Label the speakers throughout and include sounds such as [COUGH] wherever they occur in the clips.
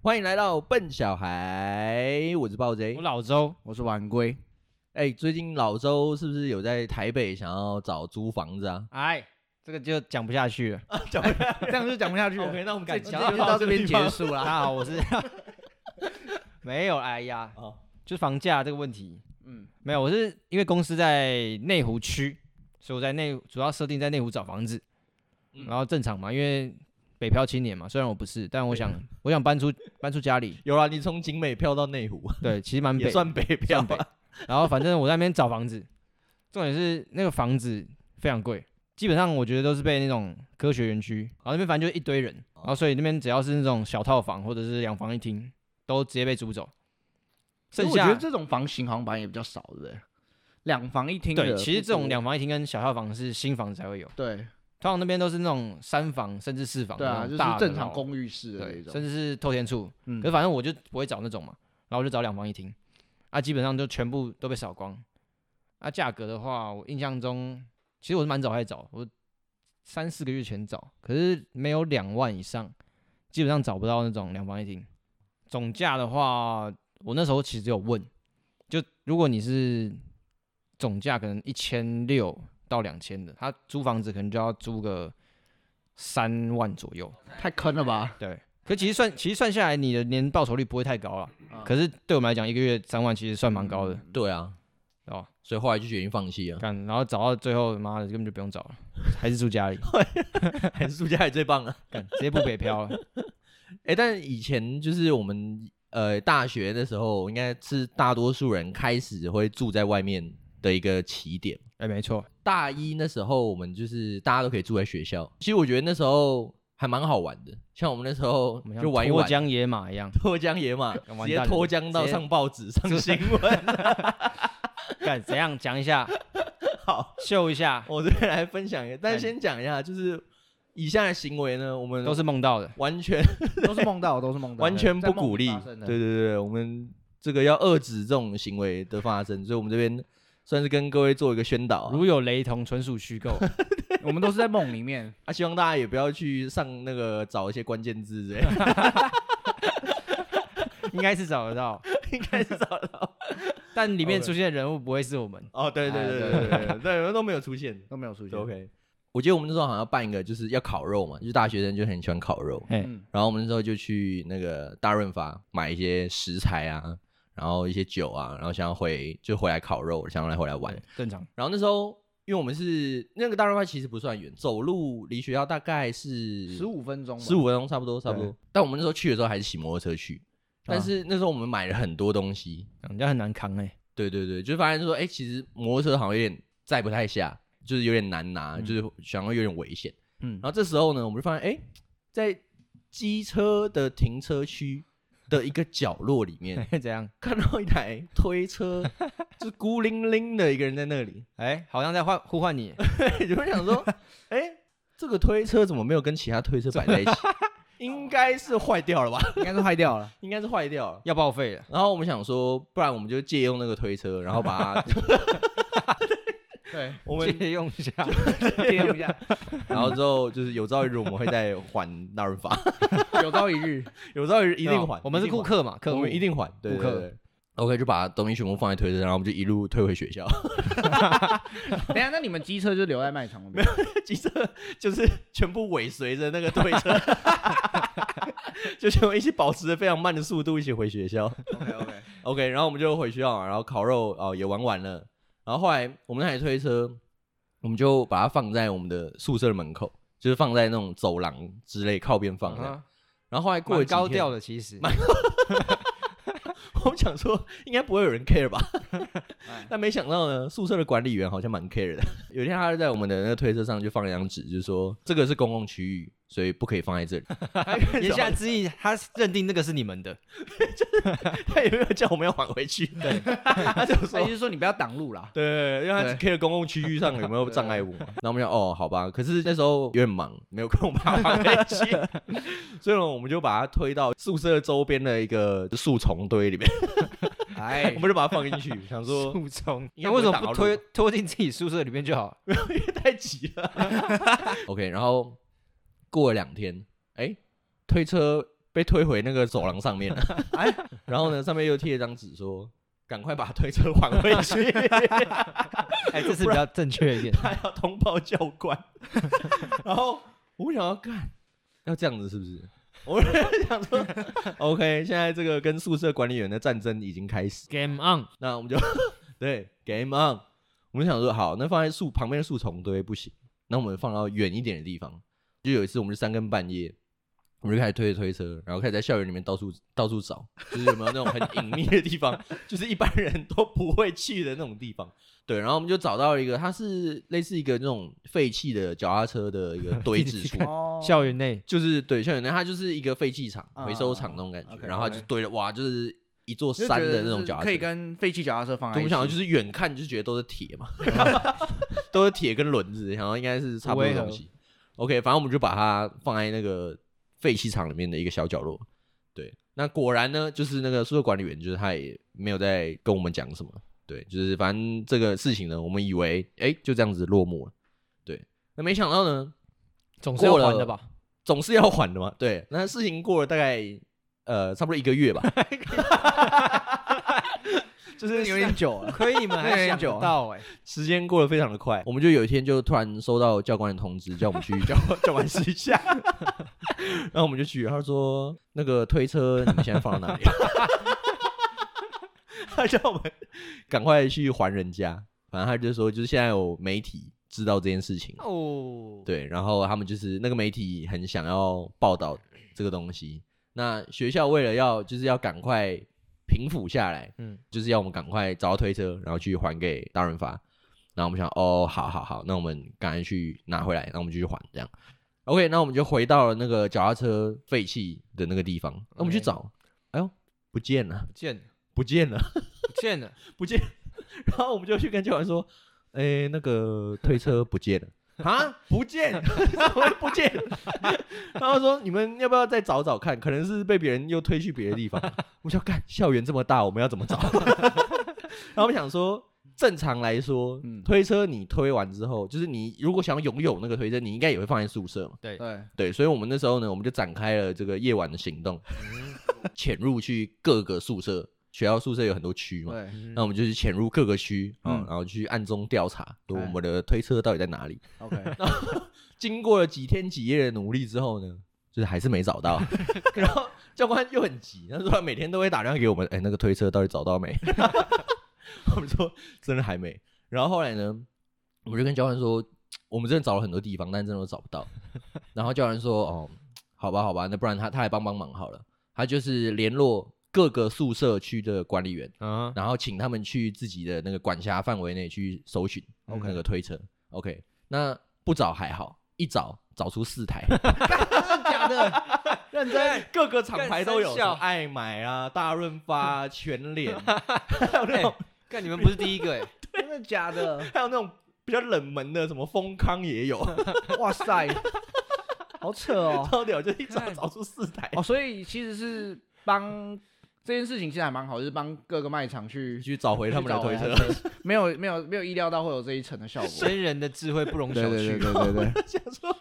Speaker 1: 欢迎来到笨小孩，我是暴贼
Speaker 2: 我。老周，
Speaker 3: 我是晚归，
Speaker 1: 哎、最近老周是不是有在台北想要找租房子啊？
Speaker 2: 哎，这个就讲不下去了。
Speaker 3: 这样就讲不下去了。
Speaker 1: OK，那我们
Speaker 3: 这
Speaker 1: 赶
Speaker 3: 集
Speaker 1: 紧
Speaker 3: 就
Speaker 1: 讲
Speaker 3: 到这边
Speaker 1: 地方
Speaker 3: 结束
Speaker 2: 大
Speaker 3: 了。
Speaker 2: 家好，我是 [LAUGHS] 没有，哎呀，
Speaker 1: 哦
Speaker 2: 就是房价这个问题，
Speaker 3: 嗯，
Speaker 2: 没有，我是因为公司在内湖区，所以我在内主要设定在内湖找房子，
Speaker 1: 嗯
Speaker 2: 然后正常嘛，因为北漂青年嘛，虽然我不是，但我想我想搬出搬出家里，
Speaker 1: 有啦，你从景美飘到内湖，
Speaker 2: 对，其实蛮
Speaker 1: 也
Speaker 2: 北，
Speaker 1: 算北漂啊
Speaker 2: 算北。然后反正我在那边找房子，重点是那个房子非常贵，基本上我觉得都是被那种科学园区，然后那边反正就一堆人，然后所以那边只要是那种小套房或者是两房一厅，都直接被租走。
Speaker 3: [LAUGHS]
Speaker 2: 剩
Speaker 3: 我觉得
Speaker 2: 下
Speaker 3: 这种房型好像反正也比较少，对不对？两房一厅的不
Speaker 2: 对，
Speaker 3: 多，
Speaker 2: 其实这种两房一厅跟小套房是新房子才会有，
Speaker 3: 对
Speaker 2: 通常那边都是那种三房甚至四房，
Speaker 3: 对啊，
Speaker 2: 那
Speaker 3: 就
Speaker 2: 种
Speaker 3: 是
Speaker 2: 哦大的
Speaker 3: 正
Speaker 2: 那
Speaker 3: 常
Speaker 2: 种
Speaker 3: 公寓式的那
Speaker 2: 对，
Speaker 3: 种。
Speaker 2: 甚至是透天处，
Speaker 3: 嗯
Speaker 2: 可是反正我就不会找那种嘛，然后我就找两房一厅，啊，基本上就全部都被扫光。啊，价格的话，我印象中其实我是蛮早开始找，我三四个月前找，可是没有两万以上，基本上找不到那种两房一厅。总价的话，我那时候其实有问，就如果你是总价可能一千六到两千的，他租房子可能就要租个三万左右。
Speaker 3: 太坑了吧？
Speaker 2: 对，可其实算其实算下来，你的年报酬率不会太高了。
Speaker 1: 嗯
Speaker 3: 啊
Speaker 2: 可是对我们来讲，一个月三万其实算蛮高的，
Speaker 1: 对啊，
Speaker 2: 哦。
Speaker 1: 所以后来就决定放弃啊了。
Speaker 2: 看，然后找到最后，妈的根本就不用找了，还是住
Speaker 1: [LAUGHS]
Speaker 2: 家里，
Speaker 1: 还是住家里最棒啊！
Speaker 2: 干直接不北漂了。
Speaker 1: 哎、但以前就是我们呃大学的时候，应该是大多数人开始会住在外面的一个起点。
Speaker 2: 哎，没错，
Speaker 1: 大一那时候，我们就是大家都可以住在学校。其实我觉得那时候还蛮好玩的，像我们那时候
Speaker 2: 我们像
Speaker 1: 就玩一
Speaker 2: 脱
Speaker 1: 玩，，
Speaker 2: 缰野马一样
Speaker 1: 脱缰野马，
Speaker 2: 干完
Speaker 1: 直接
Speaker 2: 蛋了
Speaker 1: 脱缰到
Speaker 2: 直接啊
Speaker 1: 上报纸、上新
Speaker 2: [LAUGHS]
Speaker 1: 闻。 [LAUGHS]
Speaker 2: 干怎样讲一下，
Speaker 1: 好，
Speaker 2: 秀一下，
Speaker 1: 我这边来分享一下，但
Speaker 2: 哎
Speaker 1: 先讲一下，就是以下的行为呢，我们
Speaker 2: 都是梦到的。
Speaker 1: 完全
Speaker 3: [LAUGHS] 都是梦到，都是梦到，
Speaker 1: 完全
Speaker 3: 在
Speaker 1: 不
Speaker 3: 梦里
Speaker 1: 鼓励
Speaker 3: 发。生的
Speaker 1: 对对对，我们这个要遏制这种行为的发生，所以我们这边算是跟各位做一个宣导啊、
Speaker 2: 如有雷同，纯属
Speaker 1: [LAUGHS]
Speaker 2: 虚构。
Speaker 3: 我们都是在梦里面。
Speaker 1: 啊，希望大家也不要去上那个找一些关键字之类
Speaker 2: [LAUGHS]
Speaker 1: 的，
Speaker 2: 应该是找得到，
Speaker 1: 应该是找得到。
Speaker 2: 但里面
Speaker 1: OK
Speaker 2: 出现的人物不会是我们。
Speaker 1: 哦，对对
Speaker 3: 哎
Speaker 1: 对
Speaker 3: 对
Speaker 1: 对对对，对我们都没有出现。
Speaker 3: 都没有出
Speaker 1: 对
Speaker 3: 现。
Speaker 1: OK，我记得我们那时候好像要办一个，就是要烤肉嘛，就是大学生就很喜欢烤肉，
Speaker 2: 哎，
Speaker 3: 嗯，
Speaker 1: 然后我们那时候就去那个大润发买一些食材啊，然后一些酒啊，然后想要回就回来烤肉，想要来回来玩。
Speaker 2: 对正常，
Speaker 1: 然后那时候因为我们是那个大润发其实不算远，走路离学校大概是
Speaker 3: 十五分钟吧，
Speaker 1: 十五分钟差不多差不多
Speaker 2: 对。
Speaker 1: 但我们那时候去的时候还是骑摩托车去，但
Speaker 2: 啊
Speaker 1: 是那时候我们买了很多东西，
Speaker 2: 人家很难扛哎。 [LAUGHS]
Speaker 1: 对对对，就发现说，哎、其实摩托车好像有点载不太下，就是有点难拿，
Speaker 2: 嗯
Speaker 1: 就是想要有点危险。
Speaker 2: 嗯
Speaker 1: 然后这时候呢，我们就发现，哎、在机车的停车区的一个角落里面，
Speaker 2: 怎样？
Speaker 1: 看到一台推
Speaker 2: [LAUGHS]
Speaker 1: 车，就是孤零零的一个人在那里，
Speaker 2: 哎，好像在唤呼唤你。
Speaker 1: 就会想说，哎、这个推车怎么没有跟其他推车摆在一起？应该是坏掉了吧？
Speaker 3: 应该是坏
Speaker 1: [LAUGHS]
Speaker 3: 掉了。
Speaker 1: 应该是坏掉了。
Speaker 2: 要报废了，
Speaker 1: 然后我们想说，不然我们就借用那个推车，然后把它，
Speaker 3: 对，
Speaker 1: 我们
Speaker 2: 借用一下。
Speaker 3: 借用一下，
Speaker 1: [LAUGHS] 然后之后就是有朝一日我们会再还大润 [LAUGHS] 发，
Speaker 3: 有朝一日，
Speaker 1: 有朝一日一定还。
Speaker 2: 我们是顾，客嘛，客
Speaker 1: 哦我
Speaker 2: 户
Speaker 1: 们一定还。对
Speaker 2: 顾
Speaker 1: 对
Speaker 2: 客
Speaker 1: 对。OK，就把东西全部放在推车，然后我们就一路退回学 [LAUGHS] 校。
Speaker 3: 等一下，那你们机车就留在卖场了没有？
Speaker 1: 机车就是全部尾随着那个推 [LAUGHS] 车，就全部一起保持着非常慢的速度一起回学校。
Speaker 3: OK OK，
Speaker 1: OK，然后我们就回学校嘛，然后烤肉哦也玩完了，然后后来我们那台推车，我们就把它放在我们的宿舍门口，就是放在那种走廊之类靠边放
Speaker 2: 嗯
Speaker 1: 这样
Speaker 2: 哼
Speaker 1: 然后后来过了
Speaker 2: 蛮
Speaker 1: 几
Speaker 2: 高
Speaker 1: 天
Speaker 2: 调的，其实
Speaker 1: 蛮我们想说应该不会有人 [LAUGHS] care 吧，但没想到呢，宿舍的管理员好像蛮 care 的。有一天他就在我们的那个推车上就放了一张纸，就说这个是公共区域，所以不可以放在 [LAUGHS] 这里。
Speaker 2: 言下之意，他认定那个是你们的，
Speaker 1: 他也没有叫我们要还回去，对， [LAUGHS] 他就
Speaker 3: 那
Speaker 1: 说
Speaker 3: 也就是说你不要挡路
Speaker 1: [LAUGHS]
Speaker 3: 啦。
Speaker 1: 对，因为他只 care 公共区域上有没有障碍物嘛。然后我们想，哦，好吧。可是那时候有点忙，没有空把它放在一起， [LAUGHS] 所以呢，我们就把它推到宿舍周边的一个树丛堆里面，
Speaker 3: 哎
Speaker 1: [LAUGHS] 我，们就把它放进去，想说
Speaker 2: 树丛。
Speaker 1: 应该
Speaker 2: 那
Speaker 1: 不会
Speaker 2: 为什么
Speaker 1: 挡到
Speaker 2: 不
Speaker 1: 路
Speaker 2: 拖拖进自己宿舍里面就好？
Speaker 1: 太急了。OK，然后过了两天，哎、推车被推回那个走廊上面了。
Speaker 3: 哎
Speaker 1: 然后呢，上面又贴一张纸说。赶快把推车还回去，
Speaker 2: 哎，这次比较正确一点。
Speaker 1: 他要通报教官。然后我想要干，要这样子是不是？我是想说，OK，现在这个跟宿舍管理员的战争已经开始，
Speaker 2: Game on，
Speaker 1: 那我们就 [LAUGHS] 对 game on。我们想说，好，那放在树旁边的树丛堆不行，那我们放到远一点的地方。就有一次，我们就三更半夜，我们就开始推着推车，然后开始在校园里面到处到处找，就是有没有那种很隐秘的地方， [LAUGHS] 就是一般人都不会去的那种地方。对，然后我们就找到一个，它是类似一个那种废弃的脚踏车的一个堆置处，
Speaker 3: 哦
Speaker 2: 校园内
Speaker 1: 就是对校园内它就是一个废弃场、
Speaker 3: 啊
Speaker 1: 回收场那种感觉，
Speaker 3: OK，
Speaker 1: 然后它
Speaker 3: OK
Speaker 1: 就堆了哇，就是一座山的那种脚踏车，
Speaker 3: 可以跟废弃脚踏车放在
Speaker 1: 我
Speaker 3: 一
Speaker 1: 们
Speaker 3: 起。
Speaker 1: 想到啊就是远看就觉得都是铁 [LAUGHS] 嘛，都是铁跟轮子，然后应该是差不多的东西。OK，反正我们就把它放在那个废弃场里面的一个小角落。对，那果然呢，就是那个宿舍管理员，就是他也没有在跟我们讲什么。对，就是反正这个事情呢，我们以为哎、就这样子落幕了。对，那没想到呢，
Speaker 2: 总是要
Speaker 1: 过了
Speaker 2: 还的吧？
Speaker 1: 总是要还的嘛。对，那事情过了大概呃差不多一个月吧，
Speaker 3: 就是 [LAUGHS]
Speaker 2: [LAUGHS]
Speaker 3: 有点久了，
Speaker 2: 亏你们
Speaker 3: 那有
Speaker 2: 还
Speaker 3: 点
Speaker 2: 想
Speaker 3: 久
Speaker 2: 得
Speaker 3: 啊
Speaker 2: 到哎，
Speaker 1: [LAUGHS] 时间过得非常的快，我们就有一天就突然收到教官的通知，叫我们 [LAUGHS] 去教教官室一下， [LAUGHS] 然后我们就去，他说那个推车你们现在放到哪里？啊 [LAUGHS] 他叫我们赶快去还人家，反正他就说就是现在有媒体知道这件事情，
Speaker 2: 哦，
Speaker 1: 啊对，然后他们就是那个媒体很想要报道这个东西，那学校为了要就是要赶快平复下来，
Speaker 2: 嗯，
Speaker 1: 就是要我们赶快找到推车，然后去还给大润发。然后我们想，哦，好好好，那我们赶快去拿回来，那我们就去还这样。OK，那我们就回到了那个脚踏车废弃的那个地方，那我们去
Speaker 2: OK
Speaker 1: 找，哎呦，不见了，
Speaker 2: 不见了，
Speaker 1: 不见了，
Speaker 2: 不见了，
Speaker 1: 不见了。然后我们就去跟教官说，哎，那个推车不见了。 [LAUGHS] 啊，不见，怎么会不见？ [LAUGHS] 然后说你们要不要再找找看？可能是被别人又推去别的地方。 [LAUGHS] 我想干，校园这么大，我们要怎么找？ [LAUGHS] 然后我们想说，正常来说，
Speaker 3: 嗯
Speaker 1: 推车你推完之后，就是你如果想拥有那个推车，你应该也会放在宿舍嘛。
Speaker 2: 对，
Speaker 3: 对，
Speaker 1: 对，所以我们那时候呢，我们就展开了这个夜晚的行动，潜入去各个宿舍。学校宿舍有很多区嘛，
Speaker 3: 对
Speaker 2: 嗯
Speaker 1: 那我们就是潜入各个区，嗯，
Speaker 3: 嗯
Speaker 1: 然后去暗中调查，说我
Speaker 3: 哎
Speaker 1: 们的推车到底在哪里。 [LAUGHS]
Speaker 3: ，OK，
Speaker 1: 经过了几天几夜的努力之后呢，就是还是没找到。然后教官又很急，他说他每天都会打电话给我们，哎、那个推车到底找到没？ [LAUGHS] 我们说真的还没。然后后来呢，我们就跟教官说，我们真的找了很多地方，但真的都找不到。然后教官说，哦，好吧，好吧，那不然他他来帮帮忙好了。他就是联络各个宿舍区的管理员，
Speaker 2: 啊，
Speaker 1: 然后请他们去自己的那个管辖范围内去搜寻
Speaker 2: OK
Speaker 1: 那个推车。OK，那不找还好，一找找出四 [LAUGHS] 台，
Speaker 3: 假的，
Speaker 1: [LAUGHS]
Speaker 3: 认真，
Speaker 1: 各个厂牌都有，
Speaker 2: 干
Speaker 1: 什
Speaker 2: 三
Speaker 1: 么
Speaker 2: 小
Speaker 1: 爱买啊、大润发、啊、全 [LAUGHS] 联，还有 [LAUGHS] 那种
Speaker 2: 哎看你们不是第一个哎，
Speaker 3: 真的假的？
Speaker 1: 还有那种比较冷门的，什么丰康也有，
Speaker 3: 哇塞，好扯哦！
Speaker 1: 超屌，就一找
Speaker 2: 看
Speaker 1: 找出四台，
Speaker 3: 哦，所以其实是帮这件事情，其实还蛮好，就是帮各个卖场去
Speaker 1: 去找回他们的推车。
Speaker 3: 车，没有没有没有意料到会有这一层的效果。
Speaker 2: 先人的智慧不容小
Speaker 3: 对对对
Speaker 2: 觑，
Speaker 3: 对对对，
Speaker 1: 想说，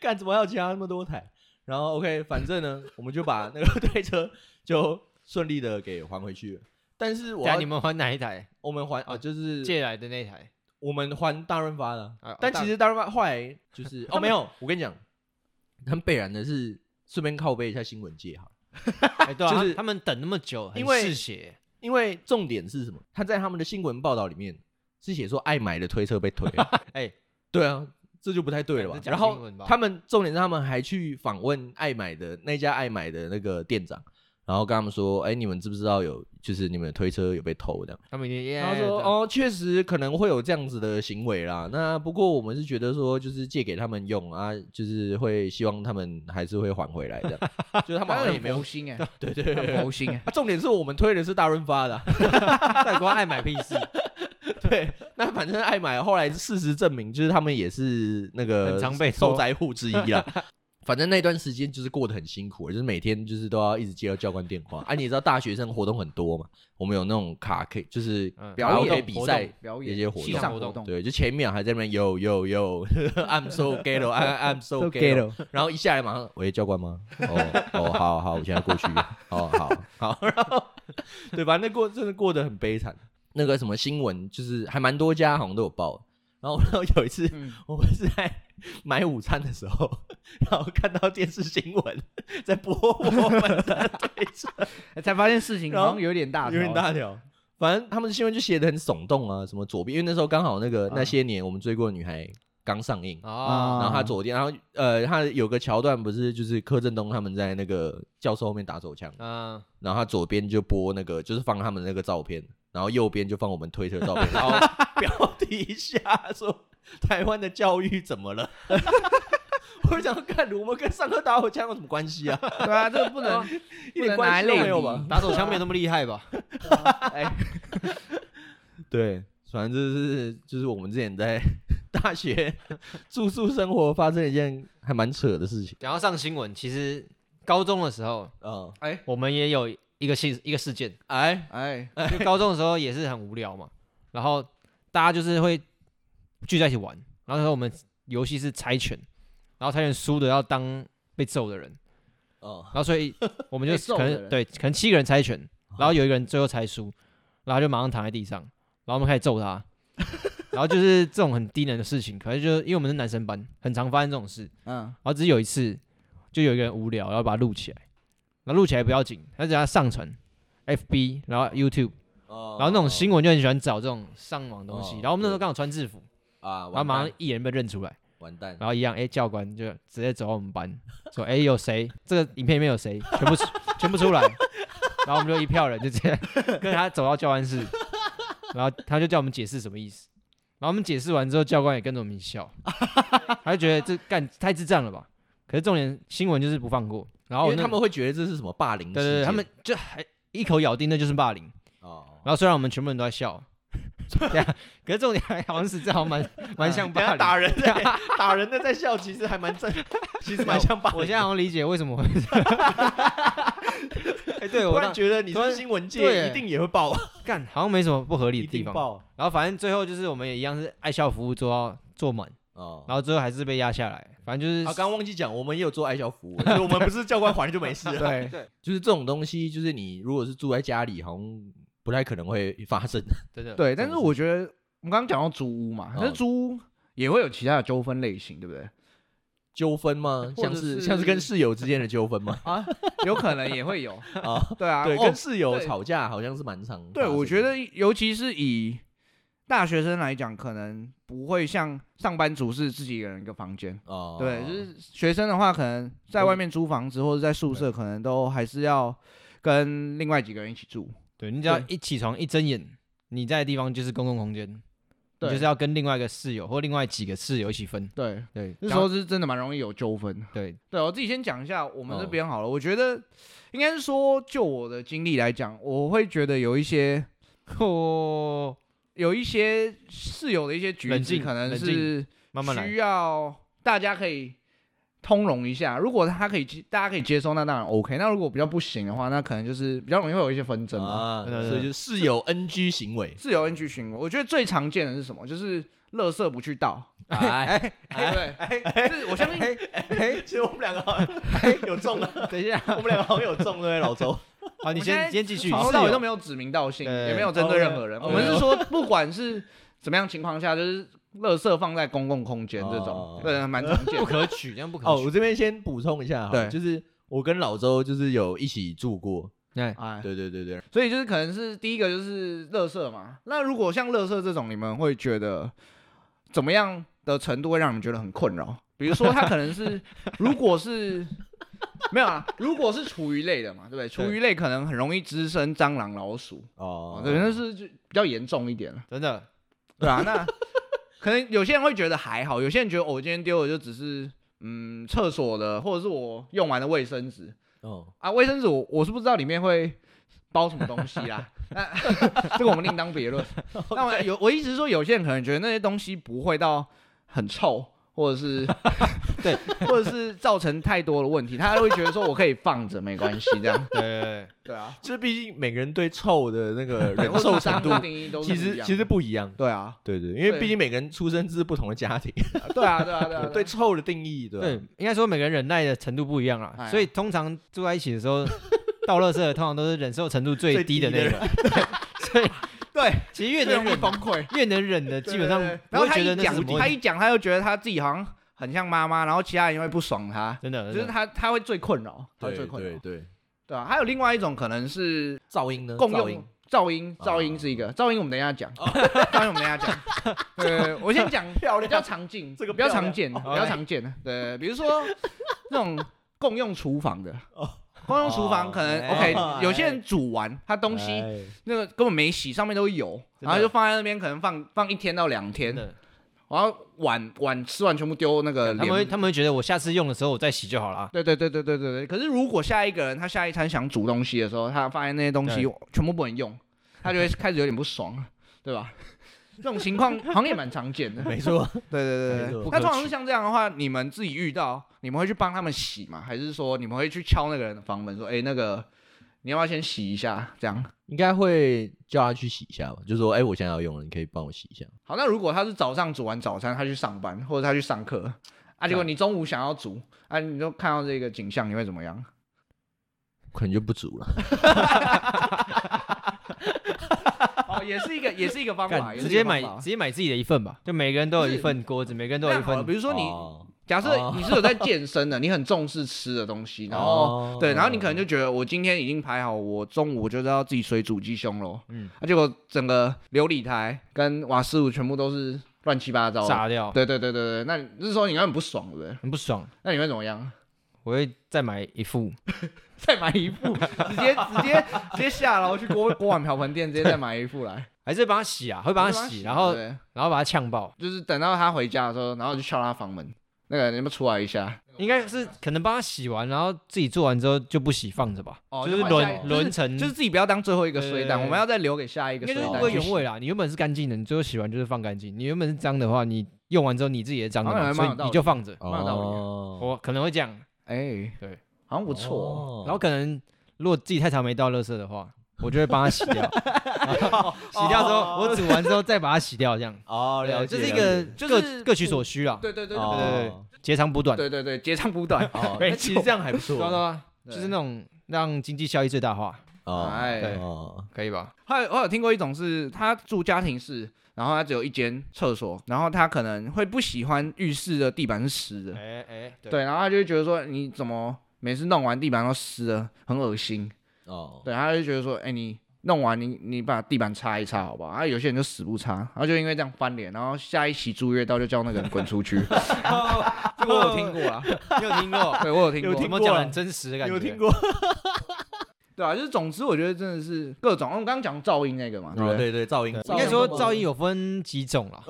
Speaker 1: 干怎么还有其他那么多台？然后 OK，反正呢，我们就把那个 [LAUGHS] 推车就顺利的给还回去了。但是我
Speaker 2: [LAUGHS] 等下
Speaker 1: 要
Speaker 2: 你们还哪一台？
Speaker 1: 我们还啊，就是
Speaker 2: 借来的那台，
Speaker 1: 我们还大润发的
Speaker 2: 啊，
Speaker 1: 但
Speaker 2: 大
Speaker 1: 其实大润发后来就是
Speaker 2: [LAUGHS]
Speaker 1: 哦，没有，我跟你讲，很北然的是顺便靠背一下新闻界哈，
Speaker 2: 哎，对啊，
Speaker 1: 就
Speaker 2: 他
Speaker 1: 是
Speaker 2: 他们等那么久，很
Speaker 1: 因为
Speaker 2: 嗜血，
Speaker 1: 因为重点是什么？他在他们的新闻报道里面是写说爱买的推车被
Speaker 2: [LAUGHS]
Speaker 1: 推了，
Speaker 2: 哎，
Speaker 1: 对啊，这就不太对了吧
Speaker 2: 这？讲
Speaker 1: 然
Speaker 2: 新
Speaker 1: 后
Speaker 2: 闻吧
Speaker 1: 他们重点是他们还去访问爱买的那家爱买的那个店长，然后跟他们说，哎，你们知不知道有就是你们的推车有被偷的？
Speaker 2: 他们一定，
Speaker 1: 然后说
Speaker 2: 哎对啊
Speaker 1: 哦，确实可能会有这样子的行为啦。那不过我们是觉得说，就是借给他们用啊，就是会希望他们还是会还回来的。就是他们好像也
Speaker 3: 很
Speaker 1: 没有
Speaker 3: 佛心哎，
Speaker 1: [LAUGHS] 对对对对。
Speaker 3: 很佛心
Speaker 1: [LAUGHS]
Speaker 3: 哎，
Speaker 1: 啊重点是我们推的是大润发的啊、 [LAUGHS]
Speaker 2: 到底关爱买屁 [LAUGHS] 事，
Speaker 1: 对。那反正爱买后来事实证明，就是他们也是那个
Speaker 2: 很常被
Speaker 1: 受
Speaker 2: 偷
Speaker 1: 灾户之一啦。 [LAUGHS] 反正那段时间就是过得很辛苦，就是每天就是都要一直接到教官电话。啊，你也知道大学生活动很多嘛，我们有那种卡 K，就是
Speaker 2: 嗯
Speaker 1: 卡
Speaker 3: 表
Speaker 1: 拉 OK
Speaker 3: 演
Speaker 1: 比
Speaker 2: 活
Speaker 1: 赛
Speaker 2: 动，
Speaker 3: 表
Speaker 1: 一
Speaker 3: 演
Speaker 1: 些活
Speaker 3: 戏
Speaker 1: 动
Speaker 3: 上
Speaker 2: 活
Speaker 3: 活
Speaker 2: 动
Speaker 3: 动，
Speaker 1: 对，就前一秒还在那边有有有 [LAUGHS] ，I'm so ghetto，I I'm so ghetto，
Speaker 2: 了。
Speaker 1: 然后一下来马上，喂，教官吗？哦哦，好好，我现在过去。哦，好好，然后对，反正过真的过得很悲惨。那个什么新闻，就是还蛮多家好像都有报。然后然后有一次，
Speaker 3: 嗯，
Speaker 1: 我们是在买午餐的时候， [LAUGHS] 然后看到电视新闻 [LAUGHS] 在播我们的对策，
Speaker 3: 哎才发现事情
Speaker 1: 然后
Speaker 3: 好像有点大，
Speaker 1: 有点，大条。反正他们的新闻就写的很耸动啊，什么左边，因为那时候刚好那个、那些年我们追过的女孩刚上映，
Speaker 2: 哦，
Speaker 1: 然后他左边，然后呃，他有个桥段不是就是柯震东他们在那个教授后面打手枪，
Speaker 2: 嗯，
Speaker 1: 然后他左边就播那个就是放他们那个照片，然后右边就放我们推特照片，然
Speaker 2: [LAUGHS]
Speaker 1: 后标题下说台湾的教育怎么了？ [LAUGHS] 我就想说看我们跟上课打手枪有什么关系啊？ [LAUGHS]
Speaker 3: 对啊，这个不能不
Speaker 1: 一点
Speaker 3: 能拿
Speaker 1: 关
Speaker 3: 来
Speaker 1: 系都
Speaker 3: 类
Speaker 1: 没 [LAUGHS] 有
Speaker 3: 比
Speaker 1: 吧？
Speaker 2: 打手枪没有那么厉害吧？
Speaker 3: 哎，
Speaker 1: 对，反正就是就是我们之前在 [LAUGHS] 大学住宿生活发生一件还蛮扯的事情，
Speaker 2: 讲到上新闻，其实高中的时候
Speaker 1: 嗯，
Speaker 2: 我们也有一个事一个事
Speaker 1: [LAUGHS]
Speaker 2: 件，
Speaker 1: 哎，
Speaker 3: 哎，
Speaker 2: 就高中的时候也是很无聊嘛，然后大家就是会聚在一起玩，然后那时候我们游戏是猜拳，然后猜拳输的要当被揍的人，
Speaker 1: 哦，
Speaker 2: 然后所以我们就
Speaker 1: [LAUGHS]
Speaker 3: 被揍
Speaker 2: 可
Speaker 3: 的
Speaker 2: 能
Speaker 3: 人
Speaker 2: 对，可能七个人猜拳，
Speaker 1: 哦
Speaker 2: 然后有一个人最后猜输，然后就马上躺在地上，然后我们开始揍
Speaker 1: [LAUGHS]
Speaker 2: 他，然后就是这种很低能的事情，可是就因为我们是男生班，很常发生这种事，
Speaker 3: 嗯，
Speaker 2: 然后只是有一次，就有一个人无聊，然后把它录起来，然后录起来不要紧，他只要上传 FB，然后 YouTube，
Speaker 1: 哦
Speaker 2: 然后那种新闻就很喜欢找这种上网的东西。
Speaker 1: 哦
Speaker 2: 然后我们那时候
Speaker 1: 对
Speaker 2: 刚好穿制服，
Speaker 1: 啊，
Speaker 2: 然后
Speaker 1: 完
Speaker 2: 马
Speaker 1: 蛋
Speaker 2: 上，一眼被认出来，
Speaker 1: 完蛋，
Speaker 2: 然后一样，哎，教官就直接走到我们班，说，哎，有谁？这个影片里面有谁？全部出全部出来。然后我们就一票人就这样跟他走到教官室，然后他就叫我们解释什么意思。然后我们解释完之后，教官也跟着我们一起笑，他就觉得这干太智障了吧？可是重点新闻就是不放过，然后
Speaker 1: 因
Speaker 2: 我
Speaker 1: 为
Speaker 2: 那
Speaker 1: 他们会觉得这是什么霸凌事
Speaker 2: 对
Speaker 1: 件，
Speaker 2: 对对，他们就还一口咬定那就是霸凌。
Speaker 1: 哦，
Speaker 2: 然后虽然我们全部人都在笑， [LAUGHS] 对啊，可是重点还好像是这好像蛮蛮像
Speaker 1: [LAUGHS] 等下
Speaker 2: 霸凌。
Speaker 1: 打
Speaker 2: [LAUGHS]
Speaker 1: 人的打人的在笑，其实还蛮正，其实蛮像霸凌。
Speaker 2: 我现在好像理解为什么会是，哎，
Speaker 1: [LAUGHS]
Speaker 2: 对
Speaker 1: 突
Speaker 2: 我
Speaker 1: 然
Speaker 2: 那
Speaker 1: 觉得你
Speaker 2: 突
Speaker 1: 是
Speaker 2: 然
Speaker 1: 新闻
Speaker 2: 对
Speaker 1: 界
Speaker 2: 耶
Speaker 1: 一定也会爆，
Speaker 2: 干好像没什么不合理
Speaker 1: 一
Speaker 2: 的地
Speaker 1: 定
Speaker 2: 方。
Speaker 1: 爆
Speaker 2: 然后反正最后就是我们也一样是爱笑服务做到做满，
Speaker 1: 哦。
Speaker 2: 然后最后还是被压下来。反正就是
Speaker 1: 啊，刚刚忘记讲，我们也有做爱校
Speaker 2: [LAUGHS]
Speaker 1: 服务，所以我们不是教官还了就没事了。
Speaker 3: 对，
Speaker 1: 就是这种东西，就是你如果是住在家里，好像不太可能会发生。
Speaker 2: 真的
Speaker 3: 对，但是
Speaker 1: 真的是
Speaker 3: 我觉得我们刚刚讲到租屋嘛，那
Speaker 1: 嗯
Speaker 3: 租屋也会有其他的纠纷类型，对不对？
Speaker 1: 纠纷吗？
Speaker 3: 或者
Speaker 1: 像
Speaker 3: 是
Speaker 1: 像是跟室友之间的纠纷吗？
Speaker 3: 啊， [LAUGHS] 有可能也会有
Speaker 1: 啊，
Speaker 3: 对啊，
Speaker 1: [LAUGHS] 对，
Speaker 3: 哦
Speaker 1: 跟室友
Speaker 3: 对
Speaker 1: 吵架好像是蛮常发生的。
Speaker 3: 对，我觉得尤其是以大学生来讲，可能不会像上班族是自己一个人一个房间。
Speaker 1: 哦，
Speaker 3: 对，就是学生的话，可能在外面租房子或者在宿舍，可能都还是要跟另外几个人一起住。
Speaker 2: 对你只要
Speaker 3: 对
Speaker 2: 一起床一睁眼，你在的地方就是公共空间，你
Speaker 3: 对
Speaker 2: 就是要跟另外一个室友或另外几个室友一起分。
Speaker 3: 对，
Speaker 2: 对，
Speaker 3: 那时候是真的蛮容易有纠纷。
Speaker 2: 对
Speaker 3: 对，我自己先讲一下我们这
Speaker 1: 哦
Speaker 3: 边好了。我觉得应该是说，就我的经历来讲，我会觉得有一些
Speaker 2: 哦，
Speaker 3: 有一些室友的一些举
Speaker 2: 冷
Speaker 3: 止，
Speaker 2: 静
Speaker 3: 可能
Speaker 2: 冷
Speaker 3: 是
Speaker 2: 慢慢来
Speaker 3: 需。要大家可以通融一下。如果他可以接，大家可以接受，那当然 OK。那如果比较不行的话，那可能就是比较容易会有一些纷争嘛。，
Speaker 1: 啊，
Speaker 2: 对对对
Speaker 1: 所以就是室友 NG 行为
Speaker 2: [LAUGHS]
Speaker 3: 自由 NG 行为，我觉得最常见的是什么？就是垃圾不去倒。
Speaker 1: 哎，
Speaker 3: 哎，对，这我相信
Speaker 1: 哎，其实我们两个好像哎有
Speaker 3: [LAUGHS]
Speaker 1: 中了，
Speaker 2: 等一下，
Speaker 1: 我们两个好像有中了，哎老周。哦
Speaker 2: 好，你
Speaker 3: 我现在
Speaker 2: 先先继续。
Speaker 3: 从头
Speaker 2: 室
Speaker 3: 到尾
Speaker 2: 友
Speaker 3: 都没有指名道姓，
Speaker 2: 对
Speaker 3: 也没有针对任何人。
Speaker 1: 哦
Speaker 3: 我们是说，不管是怎么样情况下，就是垃圾放在公共空间这种，
Speaker 1: 哦
Speaker 3: 对，蛮常见
Speaker 2: [LAUGHS]
Speaker 3: 的。
Speaker 2: 不可取，这样不可
Speaker 1: 哦，
Speaker 2: 取。
Speaker 1: 我这边先补充一下哈，
Speaker 3: 对
Speaker 1: 就是我跟老周就是有一起住过，
Speaker 3: [LAUGHS]
Speaker 2: 哎，
Speaker 3: 哎，
Speaker 1: 对对对对，
Speaker 3: 所以就是可能是第一个就是垃圾嘛。那如果像垃圾这种，你们会觉得怎么样的程度会让你们觉得很困扰？比如说，它可能是如果是没有啊，如果是厨余类的嘛，对不对？厨余类可能很容易滋生蟑螂、老鼠，
Speaker 1: 哦
Speaker 3: 哦，，对，那是就比较严重一点了，
Speaker 2: 真的，
Speaker 3: 对啊，那 [LAUGHS] 可能有些人会觉得还好，有些人觉得我、哦、今天丢的就只是嗯厕所的，或者是我用完的卫生纸，
Speaker 1: 哦，
Speaker 3: 啊，卫生纸我我是不知道里面会包什么东西啦，那 [LAUGHS] 这个我们另当别论。那我有我一直说，有些人可能觉得那些东西不会到很臭，或者是
Speaker 2: 对，
Speaker 3: [LAUGHS] 或者是造成太多的问题，他会觉得说我可以放着没关系这样。
Speaker 2: 对对对，
Speaker 3: 对啊，
Speaker 1: 就是毕竟每个人对臭的那个忍
Speaker 3: 或者
Speaker 1: 受
Speaker 3: 是
Speaker 1: 程度
Speaker 3: 他们的定义 [LAUGHS] 都是
Speaker 1: 其
Speaker 3: 不一
Speaker 1: 实
Speaker 3: 样
Speaker 1: 其实
Speaker 3: 的
Speaker 1: 不一样。
Speaker 3: 对啊，
Speaker 1: 对对，因为
Speaker 3: 对
Speaker 1: 毕竟每个人出生自不同的家庭，
Speaker 3: 对啊，对啊，对啊，
Speaker 1: 对臭的定义，对
Speaker 2: 对
Speaker 1: 吧，
Speaker 2: 应该说每个人忍耐的程度不一样
Speaker 3: 哎
Speaker 2: 啦，
Speaker 3: 呀
Speaker 2: 所以通常住在一起的时
Speaker 3: [LAUGHS]
Speaker 2: 候，倒垃圾的通常都是忍受程度最
Speaker 1: 最
Speaker 2: 低
Speaker 1: 低
Speaker 2: 的
Speaker 1: 的
Speaker 2: 那个。所以
Speaker 3: 对，
Speaker 2: 其实越
Speaker 3: 最
Speaker 2: 能
Speaker 3: 容易
Speaker 2: 忍，
Speaker 3: 崩溃。
Speaker 2: 越能忍的，基本上
Speaker 3: 对对对
Speaker 2: 不
Speaker 3: 然后
Speaker 2: 会
Speaker 3: 他
Speaker 2: 觉得
Speaker 3: 一
Speaker 2: 那
Speaker 3: 讲，
Speaker 2: 是什么
Speaker 3: 他
Speaker 2: 问
Speaker 3: 一
Speaker 2: 题。
Speaker 3: 讲，他又觉得他自己好像很像妈妈，然后其他人又会不爽他，
Speaker 2: 真的，
Speaker 3: 就
Speaker 2: 真
Speaker 3: 是
Speaker 2: 的
Speaker 3: 他他会最困扰，他会
Speaker 1: 对
Speaker 3: 最困
Speaker 1: 对
Speaker 3: 扰，
Speaker 1: 对，
Speaker 3: 对啊。还有另外一种可能是
Speaker 1: 噪音呢？
Speaker 3: 共
Speaker 1: 呃噪音
Speaker 3: 用噪音，
Speaker 2: 哦
Speaker 3: 噪音是一个噪音，我们等一下讲， [LAUGHS] 噪音我们等一下讲。对，我先
Speaker 2: [LAUGHS]
Speaker 3: 讲
Speaker 1: 漂
Speaker 3: 比较常见，
Speaker 1: 这个
Speaker 3: 比较
Speaker 1: 漂亮
Speaker 3: 常见，比
Speaker 2: 哦
Speaker 3: 较常见的，对，比如说那种共用厨房的
Speaker 1: 哦。
Speaker 3: 共用厨房
Speaker 2: 哦
Speaker 3: 可能
Speaker 1: 哎
Speaker 3: OK，有些人煮完他东西
Speaker 1: 哎
Speaker 3: 那个根本没洗，上面都有，
Speaker 2: 真的
Speaker 3: 然后就放在那边，可能放放一天到两天
Speaker 2: 真，的，
Speaker 3: 然后碗碗吃完全部丢那个
Speaker 2: 他们会
Speaker 3: 脸。
Speaker 2: 他们会觉得我下次用的时候我再洗就好了啊。
Speaker 3: 对对对对对对对。可是如果下一个人他下一餐想煮东西的时候，他发现那些东西全部不能用，他就会 [LAUGHS] 开始有点不爽了，对吧？这种情况好像也蛮常见
Speaker 2: [LAUGHS]
Speaker 3: 的。
Speaker 1: 没错，
Speaker 3: 对对
Speaker 1: 没
Speaker 3: 对对
Speaker 1: 错
Speaker 3: 对。那通常是像这样的话，你们自己遇到，你们会去帮他们洗吗？还是说你们会去敲那个人的房门说：“哎，那个你要不要先洗一下？”这样。
Speaker 1: 应该会叫他去洗一下吧，就说哎，我现在要用了，你可以帮我洗一下。
Speaker 3: 好，那如果他是早上煮完早餐，他去上班或者他去上课啊，结果你中午想要煮啊，你就看到这个景象，你会怎么样？
Speaker 1: 可能就不煮
Speaker 3: [LAUGHS]
Speaker 1: 了，
Speaker 3: 哦，也是一个，也是一个方法，
Speaker 2: 干，
Speaker 3: 也是
Speaker 2: 直
Speaker 3: 一
Speaker 2: 接
Speaker 3: 个
Speaker 2: 买
Speaker 3: 方法
Speaker 2: 直接买自己的一份吧，就每个人都有一份锅子，每个人都
Speaker 3: 这
Speaker 2: 有一
Speaker 3: 样好了
Speaker 2: 份
Speaker 3: 比。如说你、
Speaker 1: 哦
Speaker 3: 假设
Speaker 1: 哦
Speaker 3: 你是有在健身的，你很重视吃的东西，然后、
Speaker 1: 哦
Speaker 3: 对，然后你可能就觉得我今天已经排好，我中午就知道自己水煮鸡胸喽，
Speaker 2: 嗯，
Speaker 3: 啊，结果整个琉璃台跟瓦斯炉全部都是乱七八糟的，
Speaker 2: 炸掉，
Speaker 3: 对对对对对，那你这时候你应该很不爽对不对？
Speaker 2: 很不爽，
Speaker 3: 那你会怎么样？
Speaker 2: 我会再买一副。
Speaker 3: [LAUGHS] 再买一副，直接直接直接下楼去锅锅碗瓢盆店，直接再买一副 [LAUGHS] 来，
Speaker 2: 还是帮他洗啊，会帮他洗，然后
Speaker 3: 对
Speaker 2: 然后把他呛爆，
Speaker 3: 就是等到他回家的时候，然后就敲他房门，那个你们出来一下，
Speaker 2: 应该是可能帮他洗完，然后自己做完之后就不洗放着吧，
Speaker 3: 哦
Speaker 2: 就是
Speaker 1: 就换下一
Speaker 2: 轮
Speaker 1: 个
Speaker 2: 轮成，
Speaker 3: 就是自己不要当最后一个
Speaker 2: 对
Speaker 3: 衰蛋，
Speaker 2: 对
Speaker 3: 我们要再留给下一
Speaker 2: 应
Speaker 3: 个
Speaker 2: 该
Speaker 3: 衰
Speaker 2: 就是
Speaker 3: 蛋
Speaker 2: 物
Speaker 3: 去洗。
Speaker 2: 归原味啦。你原本是干净的，你最后洗完就是放干净。你原本是脏的话，你用完之后你自己也脏的
Speaker 3: 好像
Speaker 2: 嘛，
Speaker 3: 还
Speaker 2: 所
Speaker 3: 蛮有道
Speaker 2: 以
Speaker 3: 理
Speaker 2: 你就放着。
Speaker 3: 蛮有道理的
Speaker 1: 哦，
Speaker 2: 我可能会这样，
Speaker 3: 哎，
Speaker 2: 对，
Speaker 3: 好像不错。
Speaker 1: 哦
Speaker 2: 然后可能如果自己太常没倒垃圾的话，我就会帮他洗
Speaker 1: [LAUGHS]
Speaker 2: 掉，然后洗掉之后我煮完之后再把它洗掉，这样。
Speaker 1: 哦，了
Speaker 2: 对，
Speaker 1: 解，
Speaker 2: 这是一
Speaker 1: 了
Speaker 2: 个
Speaker 1: 解
Speaker 3: 就是
Speaker 2: 各各取所需啦，
Speaker 3: 对对对
Speaker 1: 哦
Speaker 3: 对
Speaker 2: 截长补短。
Speaker 3: 对对对，截长补短。 [LAUGHS]
Speaker 1: 哦，哎
Speaker 2: 没
Speaker 1: 其实
Speaker 2: 错
Speaker 1: 这样还不错
Speaker 2: 对啊，对啊
Speaker 3: 对
Speaker 2: 就是那种让经济效益最大化，
Speaker 1: 哦，
Speaker 3: 哎
Speaker 1: 哦，
Speaker 2: 可以吧？
Speaker 3: 还有我有听过一种是，他住家庭式，然后他只有一间厕所，然后他可能会不喜欢浴室的地板是湿的，
Speaker 2: 哎哎， [LAUGHS] 对
Speaker 3: 对，然后他就会觉得说你怎么每次弄完地板都湿了，很恶心。
Speaker 1: 哦，
Speaker 3: 对，他就觉得说，哎、你弄完你你把地板擦一擦好不好？啊，有些人就死不擦，然后就因为这样翻脸，然后下一期租约到就叫那个人滚出
Speaker 1: [LAUGHS]
Speaker 3: 去。这个我有听过啊，
Speaker 2: 你有听过？
Speaker 3: 对我有听过，
Speaker 1: 有听
Speaker 2: 怎么
Speaker 1: 过
Speaker 2: 讲
Speaker 1: 啊
Speaker 2: 很真实的感觉？
Speaker 1: 有听过？
Speaker 3: 对啊，就是总之我觉得真的是各种，我们刚刚讲噪音那个嘛，对不
Speaker 1: 哦，
Speaker 3: 对？
Speaker 1: 对对，噪音
Speaker 2: 对，
Speaker 3: 噪
Speaker 2: 应
Speaker 3: 音
Speaker 2: 该说
Speaker 3: 吗
Speaker 2: 噪音有分几种啦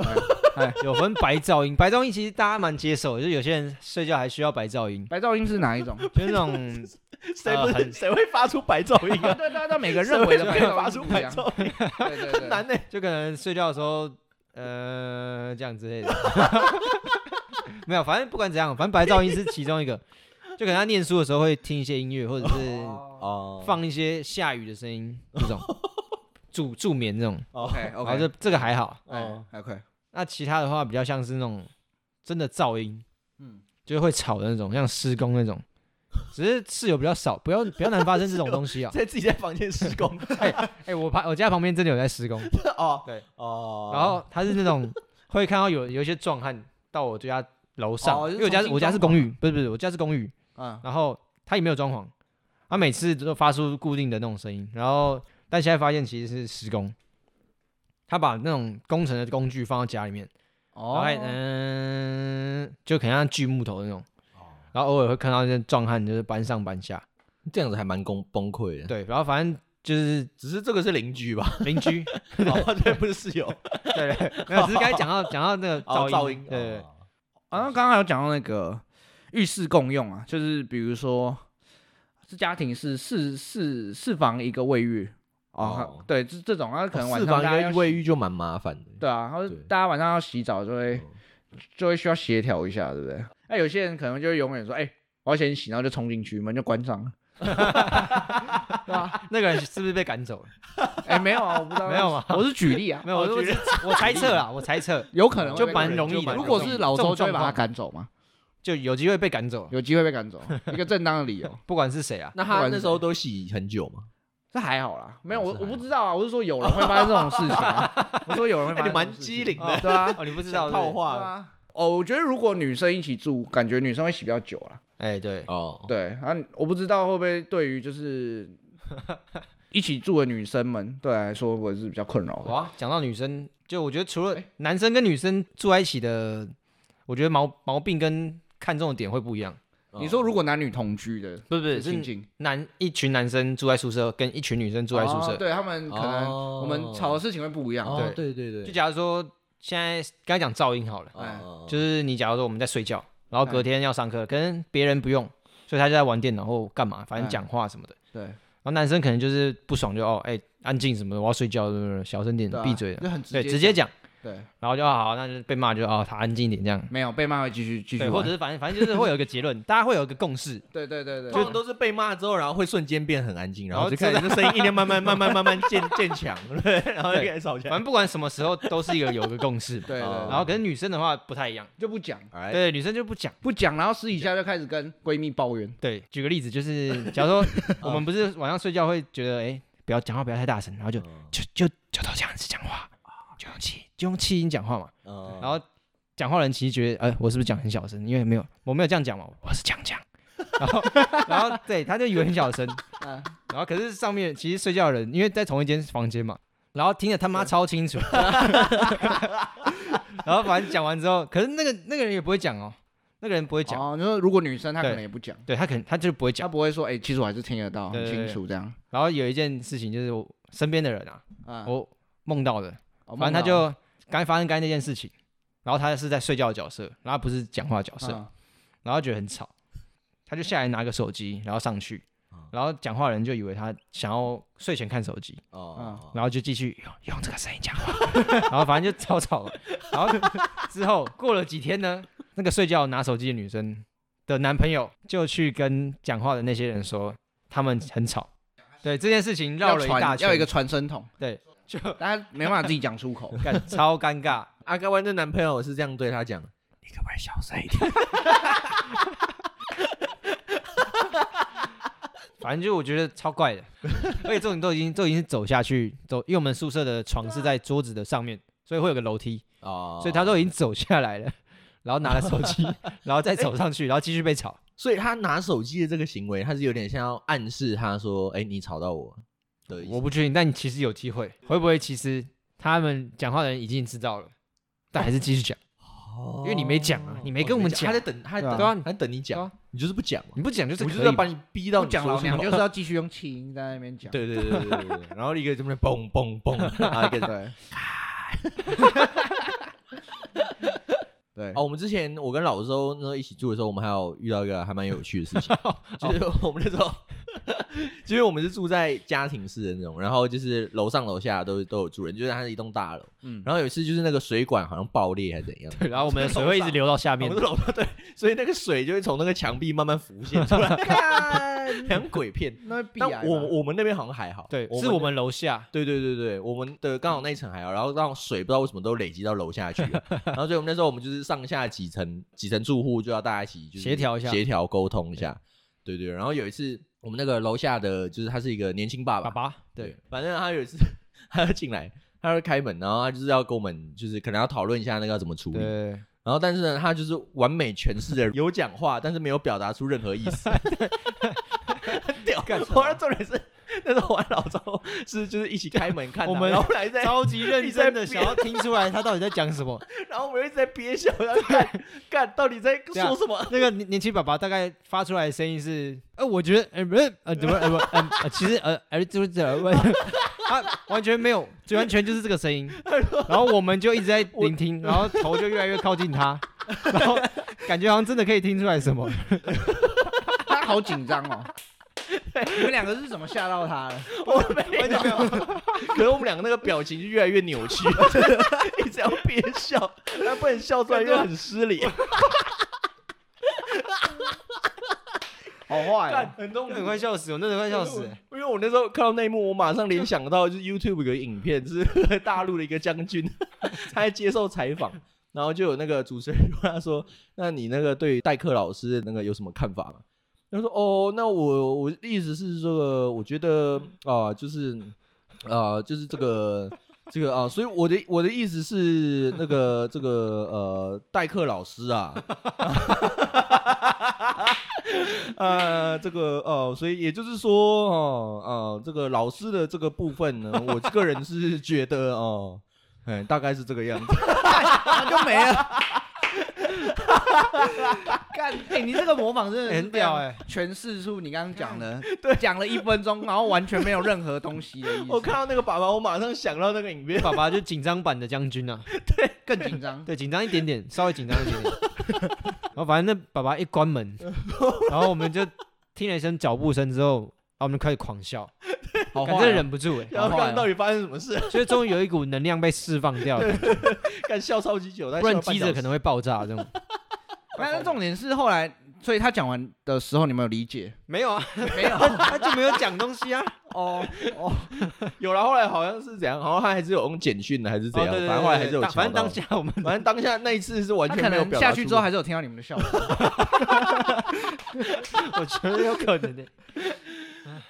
Speaker 3: 哎，
Speaker 2: 哎有分白噪音，白噪音其实大家蛮接受的，就是有些人睡觉还需要白噪音，
Speaker 3: 白噪音是哪一
Speaker 1: [LAUGHS]
Speaker 3: 种？
Speaker 2: 就是那种
Speaker 1: 谁不
Speaker 2: 呃很
Speaker 1: 是谁会发出白噪音
Speaker 3: 啊
Speaker 1: 啊？
Speaker 3: 对，大家每个认为的白
Speaker 1: 谁会发
Speaker 3: 噪
Speaker 1: 出
Speaker 3: 音不一
Speaker 1: 白
Speaker 3: 样，
Speaker 1: 噪音，
Speaker 3: 对对对，
Speaker 1: [LAUGHS] 难呢。
Speaker 2: 就可能睡觉的时候，呃，这样之类的。 [LAUGHS] 没有，反正不管怎样，反正白噪音是其中一个。就可能他念书的时候会听一些音乐，或者是
Speaker 1: 哦，
Speaker 2: 放一些下雨的声音这种，助助眠这种。
Speaker 1: 哦
Speaker 3: OK
Speaker 2: 然后
Speaker 3: OK
Speaker 2: 这这个还好。
Speaker 1: 哦，
Speaker 3: 哎 OK，
Speaker 2: 那其他的话比较像是那种真的噪音，
Speaker 3: 嗯，
Speaker 2: 就是会吵的那种，像施工那种。只是室友比较少，不要不要难发生这种东
Speaker 1: [LAUGHS]
Speaker 2: 西啊！
Speaker 1: 在自己在房间施工
Speaker 2: 哎、我旁我家旁边真的有在施工，
Speaker 1: 哦，
Speaker 2: 对
Speaker 1: 哦，
Speaker 2: 然后他是那种会看到有有一些壮汉到我家楼上，
Speaker 3: 哦就是
Speaker 2: 因为我家
Speaker 3: 重
Speaker 2: 是
Speaker 3: 新
Speaker 2: 我家是公寓，不是不是我家是公寓，
Speaker 3: 啊，
Speaker 2: 然后他也没有装潢，他每次都发出固定的那种声音，然后但现在发现其实是施工，他把那种工程的工具放到家里面，
Speaker 3: 哦
Speaker 2: 然
Speaker 1: 哦
Speaker 2: 后还嗯、就可能像锯木头的那种，
Speaker 1: 哦
Speaker 2: 然后偶尔会看到那些壮汉就是搬上搬下，
Speaker 1: 这样子还蛮崩崩溃的。
Speaker 2: 对，然后反正就是
Speaker 1: 嗯只是这个是邻居吧？
Speaker 2: 邻居，
Speaker 1: [LAUGHS] 哦，这不是室
Speaker 3: [LAUGHS]
Speaker 1: 友，
Speaker 2: 对对，没有，只是刚才讲到讲到那个
Speaker 1: 哦，
Speaker 2: 噪
Speaker 1: 噪音，
Speaker 2: 对对。对
Speaker 1: 哦
Speaker 3: 然后刚刚有讲到那个浴室共用啊，就是比如说是家庭是四四四房一个卫浴哦，
Speaker 1: 哦
Speaker 3: 对，这这种啊，可能晚
Speaker 1: 四
Speaker 3: 上
Speaker 1: 房
Speaker 3: 大家
Speaker 1: 一
Speaker 3: 要
Speaker 1: 个
Speaker 3: 洗
Speaker 1: 卫浴就蛮麻烦的。
Speaker 3: 对啊，然后
Speaker 1: 对
Speaker 3: 大家晚上要洗澡就会
Speaker 1: 哦
Speaker 3: 就会需要协调一下，对不对？那有些人可能就会永远说，哎、我要先洗，然后就冲进去，门就关上了。
Speaker 2: 对吧？那个人是不是被赶走了？
Speaker 3: 哎、没有啊，我不知道，
Speaker 2: 没有 [LAUGHS] 吗
Speaker 3: 我是举例啊，
Speaker 2: 没有，哦我我
Speaker 1: 觉
Speaker 2: 我猜测啦，我猜测
Speaker 3: 有可能会
Speaker 2: 就
Speaker 3: 被
Speaker 2: 蛮
Speaker 3: 赶
Speaker 2: 容易的。
Speaker 3: 走如果是老
Speaker 2: 这种
Speaker 3: 周，就会把他
Speaker 2: 状况
Speaker 3: 赶走嘛，
Speaker 2: 就有机会被赶走，
Speaker 3: 有机会被赶走，一个正当的理由。
Speaker 2: 不管是谁啊，
Speaker 1: [LAUGHS] 那
Speaker 3: 不
Speaker 1: 他
Speaker 3: 管
Speaker 1: 那
Speaker 3: 是
Speaker 1: 时候都洗很久嘛，
Speaker 3: 这还好啦，没有
Speaker 1: 哦
Speaker 3: 我
Speaker 1: 是
Speaker 3: 我
Speaker 1: 还
Speaker 3: 不
Speaker 1: 好
Speaker 3: 知道啊，我是说有人会发生这种事情、
Speaker 2: [LAUGHS]
Speaker 3: 啊，我说有人会发生
Speaker 1: 哎
Speaker 3: 这
Speaker 1: 你
Speaker 3: 种
Speaker 1: 蛮
Speaker 3: 事情，
Speaker 1: 机灵
Speaker 2: 哦
Speaker 1: 的，
Speaker 3: [LAUGHS]
Speaker 2: [LAUGHS]
Speaker 3: 对啊，
Speaker 2: 哦，你不知道
Speaker 1: 套
Speaker 2: 对不对
Speaker 3: 对
Speaker 1: 话
Speaker 3: 啊。哦，我觉得如果女生一起住，感觉女生会洗比较久啦。
Speaker 2: 哎，对，
Speaker 1: 哦。
Speaker 3: 对啊，我不知道会不会对于就是
Speaker 2: [LAUGHS]
Speaker 3: 一起住的女生们，对来说我是比较困扰的。
Speaker 2: 哇，讲到女生，就我觉得除了男生跟女生住在一起的，我觉得毛毛病跟看重的点会不一样。
Speaker 3: 你说如果男女同居的
Speaker 2: 不是不是，
Speaker 3: 情
Speaker 2: 是
Speaker 3: 境，
Speaker 2: 男一群男生住在宿舍，跟一群女生住在宿
Speaker 3: 哦
Speaker 2: 舍。
Speaker 3: 对他们可能
Speaker 1: 哦
Speaker 3: 我们吵的事情会不一样。
Speaker 1: 哦，对对
Speaker 2: 就
Speaker 1: 对，
Speaker 2: 假如说现在刚才讲噪音好了，
Speaker 1: 哦哦
Speaker 2: 就是是你假如说我们在睡觉，然后
Speaker 3: 哎
Speaker 2: 隔天要上课，可能别人不用，所以他就在玩电脑或干嘛，反正
Speaker 3: 哎
Speaker 2: 讲话什么的。
Speaker 3: 对
Speaker 2: 然后男生可能就是不爽就哦，哎、安静什么的，我要睡觉，呃小声点
Speaker 3: 对，啊，
Speaker 2: 闭嘴，
Speaker 3: 就很直
Speaker 2: 对，
Speaker 3: 接
Speaker 2: 直接。讲，
Speaker 3: 对，
Speaker 2: 然后就啊好，那就被骂就哦，他安静一点这样，
Speaker 3: 没有被骂会继续继续
Speaker 2: 对，
Speaker 3: 玩。
Speaker 2: 或者是反正反正就是会有一个结论，大家会有一个共识，
Speaker 3: 对对对对，
Speaker 1: 通
Speaker 2: 哦
Speaker 1: 常都是被骂之后，然后会瞬间变很安静，然
Speaker 2: 然
Speaker 1: 后
Speaker 2: 后
Speaker 1: 就看你的声音一天慢慢慢慢慢慢渐渐强，对，然后就
Speaker 2: 对
Speaker 1: 开始吵起
Speaker 2: 反
Speaker 1: 来
Speaker 2: 正。不管什么时候都是一个有一个共识嘛。
Speaker 3: 对对对，
Speaker 2: 然后可是女生的话不太一样，
Speaker 3: 就不讲
Speaker 1: 哎，
Speaker 2: 对，女生就不讲。
Speaker 3: 不讲，然后私底下就开始跟闺蜜抱怨。
Speaker 2: 对，举个例
Speaker 3: [LAUGHS]
Speaker 2: 子，就是假如
Speaker 3: 嗯
Speaker 2: 说我们不是晚上睡觉会觉得，哎、不要讲话，不要太大声，然后就
Speaker 1: 嗯
Speaker 2: 就就就都这样子讲话，
Speaker 3: 啊
Speaker 2: 就用气就用气音讲话嘛。
Speaker 1: 嗯
Speaker 2: 然后讲话人其实觉得，呃，我是不是讲很小声？因为没有，我没有这样讲嘛，我是这样讲。
Speaker 3: [LAUGHS]
Speaker 2: 然后，然后对，他就以为很小声，
Speaker 3: 嗯，
Speaker 2: 然后可是上面其实睡觉的人，因为在同一间房间嘛，然后听得他妈超清
Speaker 3: [LAUGHS]
Speaker 2: 楚。然后反正讲完之后，可是那个那个人也不会讲哦，那个人不会讲，
Speaker 3: 哦，你说如果女生她可
Speaker 2: 对
Speaker 3: 能也不讲，
Speaker 2: 对他可能他就不会
Speaker 3: 她
Speaker 2: 讲。
Speaker 3: 不会说，哎，其实我还是听得到，很
Speaker 2: 对对
Speaker 3: 清
Speaker 2: 对
Speaker 3: 楚这样。
Speaker 2: 然后有一件事情就是我身边的人啊，
Speaker 3: 啊，
Speaker 2: 我梦到的，
Speaker 3: 哦
Speaker 2: 反正
Speaker 3: 梦
Speaker 2: 他
Speaker 3: 到
Speaker 2: 就刚发生刚才那件事情，然后他是在睡觉的角色，然后他不是讲话的角色，
Speaker 3: 嗯
Speaker 2: 然后觉得很吵，他就下来拿个手机，然后上去
Speaker 1: 嗯，
Speaker 2: 然后讲话的人就以为他想要睡前看手机，
Speaker 1: 哦，
Speaker 2: 然后就继续用用这个声音讲话，然后反正就吵吵了。然后之后过了几天呢，那个睡觉拿手机的女生的男朋友就去跟讲话的那些人说他们很吵，对这件事情绕
Speaker 3: 要
Speaker 2: 了一
Speaker 3: 传
Speaker 2: 大圈，
Speaker 3: 要一个传声筒，
Speaker 2: 对，就。
Speaker 3: 大家没办法自己讲出口
Speaker 2: [LAUGHS] 干超尴尬。
Speaker 1: 阿盖湾的男朋友是这样对他讲，你可不可以小声一点？
Speaker 2: 反正就我觉得超
Speaker 3: [LAUGHS]
Speaker 2: 怪的，而且这种都已经都已经是走下去走，因为我们宿舍的床是在桌子的上面，所以会有个楼梯，
Speaker 1: 哦，
Speaker 2: 所以他都已经走下来了，然后拿了手机，然后再走上去，然后继续被吵。
Speaker 1: 所以他拿手机的这个行为，他是有点像要暗示他说：“哎、你吵到我的意思。
Speaker 2: 我不确定，但你其实有机会，会不会其实他们讲话的人已经知道了，但还是继续讲，
Speaker 1: 哦”
Speaker 2: 因为你没讲啊你没跟我们讲
Speaker 1: 他在等，他在等，
Speaker 2: 对啊
Speaker 1: 他在等你
Speaker 2: 对
Speaker 1: 讲
Speaker 2: 啊，
Speaker 1: 你就是不讲嘛，
Speaker 2: 你不讲就是
Speaker 1: 我
Speaker 2: 可
Speaker 1: 就是
Speaker 2: 以
Speaker 1: 要
Speaker 2: 嘛。
Speaker 1: 把你逼
Speaker 3: 不
Speaker 1: 到你
Speaker 3: 讲
Speaker 1: 说
Speaker 3: 老
Speaker 1: 出
Speaker 3: 娘
Speaker 1: 口
Speaker 3: 就是要继续用气音在那边讲。
Speaker 1: 对对对对对对，对然后一个这么嘣嘣嘣，然后一个
Speaker 2: [LAUGHS]
Speaker 3: 对对，
Speaker 1: 哦，我们之前我跟老周呢一起住的时候，我们还有遇到一个还蛮有趣的事情，就是我们那时候，就是我们是住在家庭式的那种，然后就是楼上楼下都都有住人，就是它是一栋大楼，
Speaker 2: [LAUGHS]
Speaker 3: 嗯，
Speaker 1: 然后有一次就是那个水管好像爆裂还是怎样，
Speaker 2: 对，然后我们的水会一直流到下
Speaker 1: 我
Speaker 2: 面
Speaker 1: 们是，楼上对，所以那个水就会从那个墙壁慢慢浮现出
Speaker 3: [LAUGHS]
Speaker 1: 来，像鬼片。
Speaker 3: 那会必
Speaker 1: 但
Speaker 3: 然啊
Speaker 1: 我我们那边好像还好，
Speaker 2: 对，是我
Speaker 1: 们
Speaker 2: 们楼下，
Speaker 1: 对对对对，我们的刚好那一层还好，然后让水不知道为什么都累积到楼下去了，然后所以我们那时候我们就是上下几层几层住户就要大家一起就是
Speaker 2: 协调一下
Speaker 1: 协调沟通一下，对对。然后有一次我们那个楼下的就是他是一个年轻爸爸，
Speaker 2: 爸爸，对
Speaker 1: 对，，反正他有一次 [LAUGHS] 他就进来，他就开门，然后他就是要跟我们就是可能要讨论一下那个要怎么处理，
Speaker 2: 对，
Speaker 1: 然后但是呢他就是完美诠释的有讲话，但是没有表达出任何意思， [LAUGHS] 很屌。我要重点是。那时候我和老周是就是一起开门看他，
Speaker 2: 我们
Speaker 1: 然后来在
Speaker 2: 超级认真 [LAUGHS] 的
Speaker 1: 你在
Speaker 2: 想要听出来他到底在讲什么。
Speaker 1: 然后我们一直在憋笑，然后看看到底在说什么。
Speaker 2: [LAUGHS] 那个年年轻爸爸大概发出来的声音是，呃，我觉得，呃，不是，呃，怎么，呃，不，呃，呃其实，呃，呃，就是这，呃 [LAUGHS] 他完全没有，就完全就是这个声音。然后我们就一直在聆听，然后头就越来越靠近他，然后感觉好像真的可以听出来什么。
Speaker 3: 他好紧张哦。
Speaker 2: [LAUGHS]
Speaker 3: 你们两个是怎么吓到他的？
Speaker 1: [LAUGHS] 我没有，可是我们两个那个表情就越来越扭曲，一直这样憋笑， [LAUGHS] 那不能笑出来又很失礼，
Speaker 3: 好坏
Speaker 1: 干
Speaker 3: 哦，
Speaker 1: 很痛
Speaker 2: 真
Speaker 1: 苦
Speaker 2: 的。快笑死，我真的快笑死。
Speaker 1: 因为我那时候看到那一幕，我马上联想到就是 YouTube 有个影片，是大陆的一个将军，
Speaker 2: [LAUGHS]
Speaker 1: 他在接受采访，然后就有那个主持人问他说：“那你那个对于代课老师的那个有什么看法吗？”他说：“哦，那我我意思是说，我觉得啊、就是啊、就是这个。”这个啊，所以我的我的意思是，那个这个呃，代课老师啊，呃，这个哦，所以也就是说，哦，哦，这个老师的这个部分 [LAUGHS] 呢，我个人是觉得哦，嗯，大概是这个样子。
Speaker 3: 他就没了。 [LAUGHS] 干，哎、你这个模仿真的
Speaker 2: 欸
Speaker 3: 是
Speaker 2: 很屌哎
Speaker 3: 诠释出你刚刚讲的，讲了一分钟，然后完全没有任何东西的意
Speaker 1: [LAUGHS] [LAUGHS] 我
Speaker 3: 思，
Speaker 1: 看到那个爸爸，我马上想到那个影片，
Speaker 2: 爸爸就紧张版的将军啊，
Speaker 3: 更紧
Speaker 2: [LAUGHS]
Speaker 3: 张。
Speaker 2: 对，紧张一点点，稍微紧张一点点。然后反正那爸爸一关门，然后我们就听了一声脚步声之后，然后我们就开始狂笑，
Speaker 3: 好坏
Speaker 2: 感
Speaker 3: 哦、
Speaker 2: 觉忍不 [LAUGHS] 住哎、
Speaker 1: [LAUGHS] 然后
Speaker 3: 好坏哦
Speaker 1: 看到底发生什么事， [LAUGHS]
Speaker 2: 所以终于有一股能量被释放掉了，
Speaker 1: 干笑超级久，
Speaker 2: 不然机
Speaker 1: 着
Speaker 2: 子可能会爆炸这种。
Speaker 3: 那那重点是后来，所以他讲完的时候，你们有理解？
Speaker 2: 没有啊，
Speaker 3: 没 [LAUGHS] 有
Speaker 2: [LAUGHS] 他就没有讲东
Speaker 1: [LAUGHS]
Speaker 2: 西啊。
Speaker 3: 哦哦，
Speaker 1: 啊有了。后来好像是怎样，好像他还是有用简讯的，还是怎
Speaker 2: 哦，对
Speaker 1: 样，
Speaker 2: 对对
Speaker 1: 反正后来还是有
Speaker 2: 对
Speaker 1: 敲
Speaker 2: 反正
Speaker 1: 到
Speaker 2: 当。下我们
Speaker 1: [LAUGHS] 反正当下那一次是完
Speaker 3: 他
Speaker 1: 全
Speaker 3: 可
Speaker 1: 没有
Speaker 3: 能
Speaker 1: 表达
Speaker 3: 下去
Speaker 1: 出
Speaker 3: 之后还是有听到你们的笑声。
Speaker 2: 我觉得有可能的、欸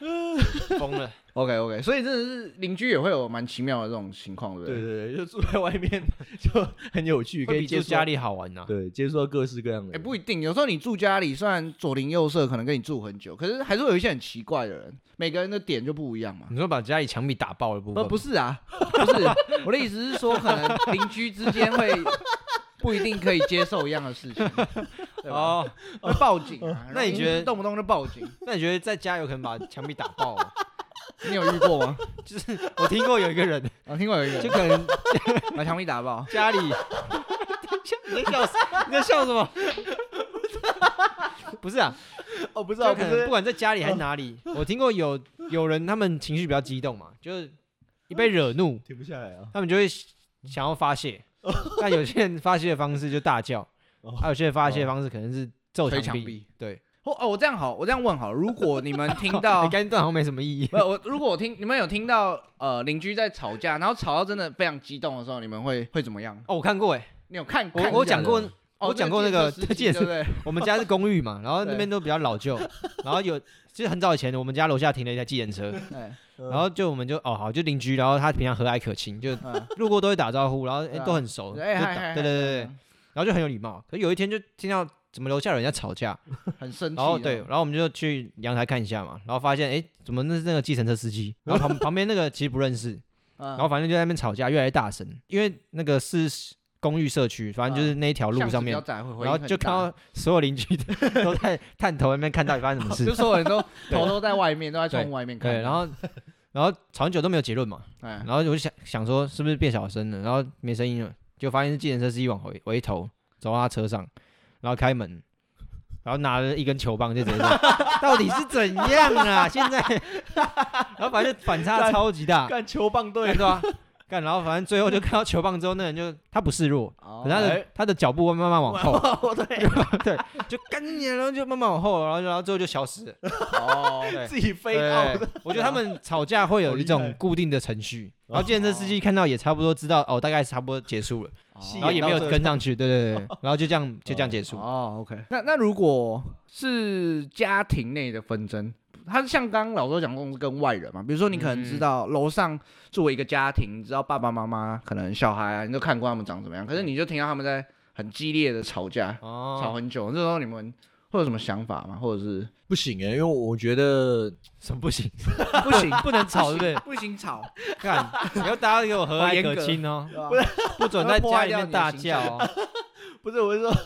Speaker 2: [LAUGHS] 疯 [LAUGHS] 了，
Speaker 3: OK OK，所以真的是邻居也会有蛮奇妙的这种情况，对不
Speaker 1: 对
Speaker 3: 对？
Speaker 1: 对对，就住在外面 [LAUGHS] 就很有趣，可
Speaker 2: 会
Speaker 1: 以
Speaker 2: 比
Speaker 1: 接
Speaker 2: 住
Speaker 1: 触
Speaker 2: 家
Speaker 1: 到
Speaker 2: 里好玩呐、啊。
Speaker 1: 对接触到各式各样的
Speaker 3: 哎、
Speaker 1: 人。
Speaker 3: 不一定，有时候你住家里，虽然左邻右舍可能跟你住很久，可是还是会有一些很奇怪的人，每个人的点就不一样嘛。
Speaker 2: 你说把家里墙壁打爆的部
Speaker 3: 不，
Speaker 2: 分，
Speaker 3: 不是啊，不是， [LAUGHS] 我的意思是说，可能邻居之间会不一定可以接受一样的
Speaker 2: [LAUGHS]
Speaker 3: 事情，对吧？
Speaker 2: 哦，
Speaker 3: 会报警啊，
Speaker 2: 那你觉得
Speaker 3: 然后动不动就报警？
Speaker 2: 那你觉得在家有可能把墙壁打爆吗？
Speaker 3: 你有遇过吗？
Speaker 2: [LAUGHS]
Speaker 3: [LAUGHS]
Speaker 2: 就是我听过有一个人，
Speaker 3: 我听过有一个
Speaker 2: 就可能
Speaker 3: [LAUGHS] 把墙壁打爆，
Speaker 2: 家里， [LAUGHS] 等一下你在笑什么？你在笑什么？ [LAUGHS] 不是啊，
Speaker 1: 哦，不知道，
Speaker 2: 就
Speaker 1: 可
Speaker 2: 可能
Speaker 1: 是
Speaker 2: 不管在家里还是哦哪 [LAUGHS] 里，我听过有有人他们情绪比较激动嘛，就是一被惹怒，
Speaker 1: 停不下来啊。
Speaker 2: 他们就会想要发泄。那有些人发泄的方式就大叫，啊
Speaker 1: 哦
Speaker 2: 还有些人发泄的方式可能是揍
Speaker 3: 捶墙
Speaker 2: 墙
Speaker 3: 壁。
Speaker 2: 对，
Speaker 3: 哦哦，我这样好，我这样问好了，如果你们听
Speaker 2: [LAUGHS] 你
Speaker 3: 到
Speaker 2: 刚刚好像没什么意义。
Speaker 3: 不，我如果我听你们有听到呃邻居在吵架，然后吵到真的非常激动的时候，你们会会怎么样？
Speaker 2: 哦，我看过哎，
Speaker 3: 你有看？
Speaker 2: 我
Speaker 3: 看
Speaker 2: 我
Speaker 3: 这样
Speaker 2: 讲
Speaker 3: 的
Speaker 2: 过
Speaker 3: 吗，
Speaker 2: 我
Speaker 3: 哦
Speaker 2: 讲过那个
Speaker 3: 计程
Speaker 2: 计
Speaker 3: 车司机
Speaker 2: 程
Speaker 3: 对不对？
Speaker 2: 我们家是公寓嘛，然后那
Speaker 3: 对
Speaker 2: 边都比较老旧，然后有其实很早以前我们家楼下停了一台计程车，
Speaker 3: 哎
Speaker 2: 然后就我们就哦好就邻居，然后他平常和蔼可亲，就
Speaker 3: 嗯
Speaker 2: 路过都会打招呼，然后、
Speaker 3: 对
Speaker 2: 诶
Speaker 3: 啊
Speaker 2: 都很熟，
Speaker 3: 哎
Speaker 2: 就
Speaker 3: 嗨
Speaker 2: 打
Speaker 3: 嗨
Speaker 2: 对对
Speaker 3: 嗨
Speaker 2: 对对，然后就很有礼貌。可是有一天就听到怎么楼下有人在吵架，
Speaker 3: 很生气。哦
Speaker 2: 然后对，，然后我们就去阳台看一下嘛，然后发现诶，怎么那是那个计程车司
Speaker 3: [LAUGHS]
Speaker 2: 机，然后旁旁边那个其实不认识，
Speaker 3: 然
Speaker 2: 然后反正就在那边吵架，越来越大声，因为那个是公寓社区，反正就是
Speaker 3: 嗯
Speaker 2: 那一条路上面。然后就看到所有邻居都在探头那边看到底发生什么
Speaker 3: [LAUGHS] 哦就
Speaker 2: 事，
Speaker 3: 所有人
Speaker 2: [LAUGHS]
Speaker 3: 都头都在外面，都在窗户外面看。
Speaker 2: 对，然后然后吵很久都没有结论嘛，
Speaker 3: 哎
Speaker 2: [LAUGHS] 然，后我就想想说是不是变小声了，然后没声音了，就发现是计程车司机往回回头走到他车上，然后开门，然后拿了一根球棒就直接说， [LAUGHS] 到底是怎样啊？现在， [LAUGHS] 然后反正就反差超级大，
Speaker 1: 干球棒队
Speaker 2: 对 [LAUGHS] 啊，干，然后反正最后就看到球棒之后，那人就他不示弱，
Speaker 3: 哦
Speaker 2: 可是他的
Speaker 1: 哎
Speaker 2: 他的脚步会慢慢往后，
Speaker 1: 哦，对，
Speaker 2: [LAUGHS] 对，就赶紧，然后就慢慢往后，然后然后最后就消失了。
Speaker 3: 哦，
Speaker 2: 对
Speaker 1: 自己飞
Speaker 2: 对，
Speaker 1: 到，
Speaker 2: 我觉得他们吵架会有一
Speaker 1: 好厉
Speaker 2: 种
Speaker 1: 害
Speaker 2: 固定的程序，
Speaker 1: 哦
Speaker 2: 然后健身司机看到也差不多知道哦，大概差不多结束了，
Speaker 3: 哦
Speaker 2: [LAUGHS]
Speaker 1: 吸
Speaker 2: 然后也没有
Speaker 1: 到这个
Speaker 2: 跟上去，对对对，然后就这样就这样结束。
Speaker 3: 哦，OK。那那如果是家庭内的纷争，他像刚刚老周讲过是跟外人嘛，比如说你可
Speaker 2: 嗯
Speaker 3: 能知道楼上作为一个家庭，你知道爸爸妈妈可能小孩啊，你都看过他们长怎么样，可是你就听到他们在很激烈的吵架，吵
Speaker 2: 哦，
Speaker 3: 很久，这时候你们会有什么想法吗？或者是
Speaker 1: 不行哎，因为我觉得
Speaker 2: 什么不行？ [LAUGHS]
Speaker 3: 不行
Speaker 2: 不能吵，对不对？
Speaker 3: [LAUGHS] 不行吵，
Speaker 2: 看，以后大家给我和
Speaker 3: 好
Speaker 2: 蔼
Speaker 3: 严格
Speaker 2: 可亲哦，
Speaker 3: [LAUGHS] 不是
Speaker 2: 不准在家里面大叫哦。
Speaker 1: 不是，我是说， [LAUGHS]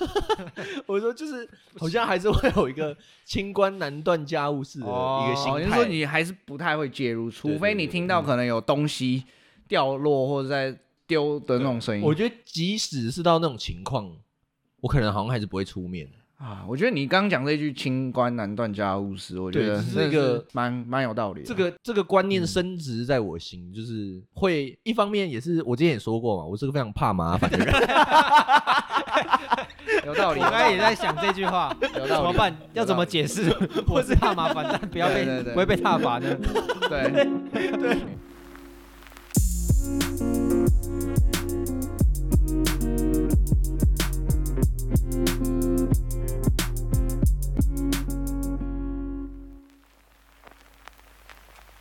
Speaker 1: 我是说就是好像还是会有一个清官难断家务事的一个心
Speaker 3: 哦，就是
Speaker 1: 态。
Speaker 3: 说你还是不太会介入，
Speaker 1: 对
Speaker 3: 除
Speaker 1: 对
Speaker 3: 非你
Speaker 1: 对嗯
Speaker 3: 听到可能有东西掉落或者在丢的那种声音。
Speaker 1: 我觉得即使是到那种情况，我可能好像还是不会出面。
Speaker 3: 啊，我觉得你刚刚讲这句“清官难断家务事”，我觉
Speaker 1: 对
Speaker 3: 得
Speaker 1: 这是
Speaker 3: 真的
Speaker 1: 一个
Speaker 3: 蛮蛮有道理的。
Speaker 1: 这个这个观念
Speaker 2: 嗯
Speaker 1: 升值在我心，就是会一方面也是我之前也说过嘛，我是个非常怕麻烦的人，
Speaker 3: 有道
Speaker 2: 我
Speaker 3: 理，
Speaker 2: 刚
Speaker 1: [LAUGHS]
Speaker 2: 才也在想这句话，
Speaker 3: 有
Speaker 2: 怎
Speaker 3: 道
Speaker 2: 么
Speaker 3: 理。
Speaker 2: 办？要怎么解释？ [LAUGHS] 我是怕麻烦，但不要被
Speaker 3: 对对对
Speaker 1: [LAUGHS]
Speaker 2: 不会被踏伐呢？
Speaker 3: 对，
Speaker 1: 对。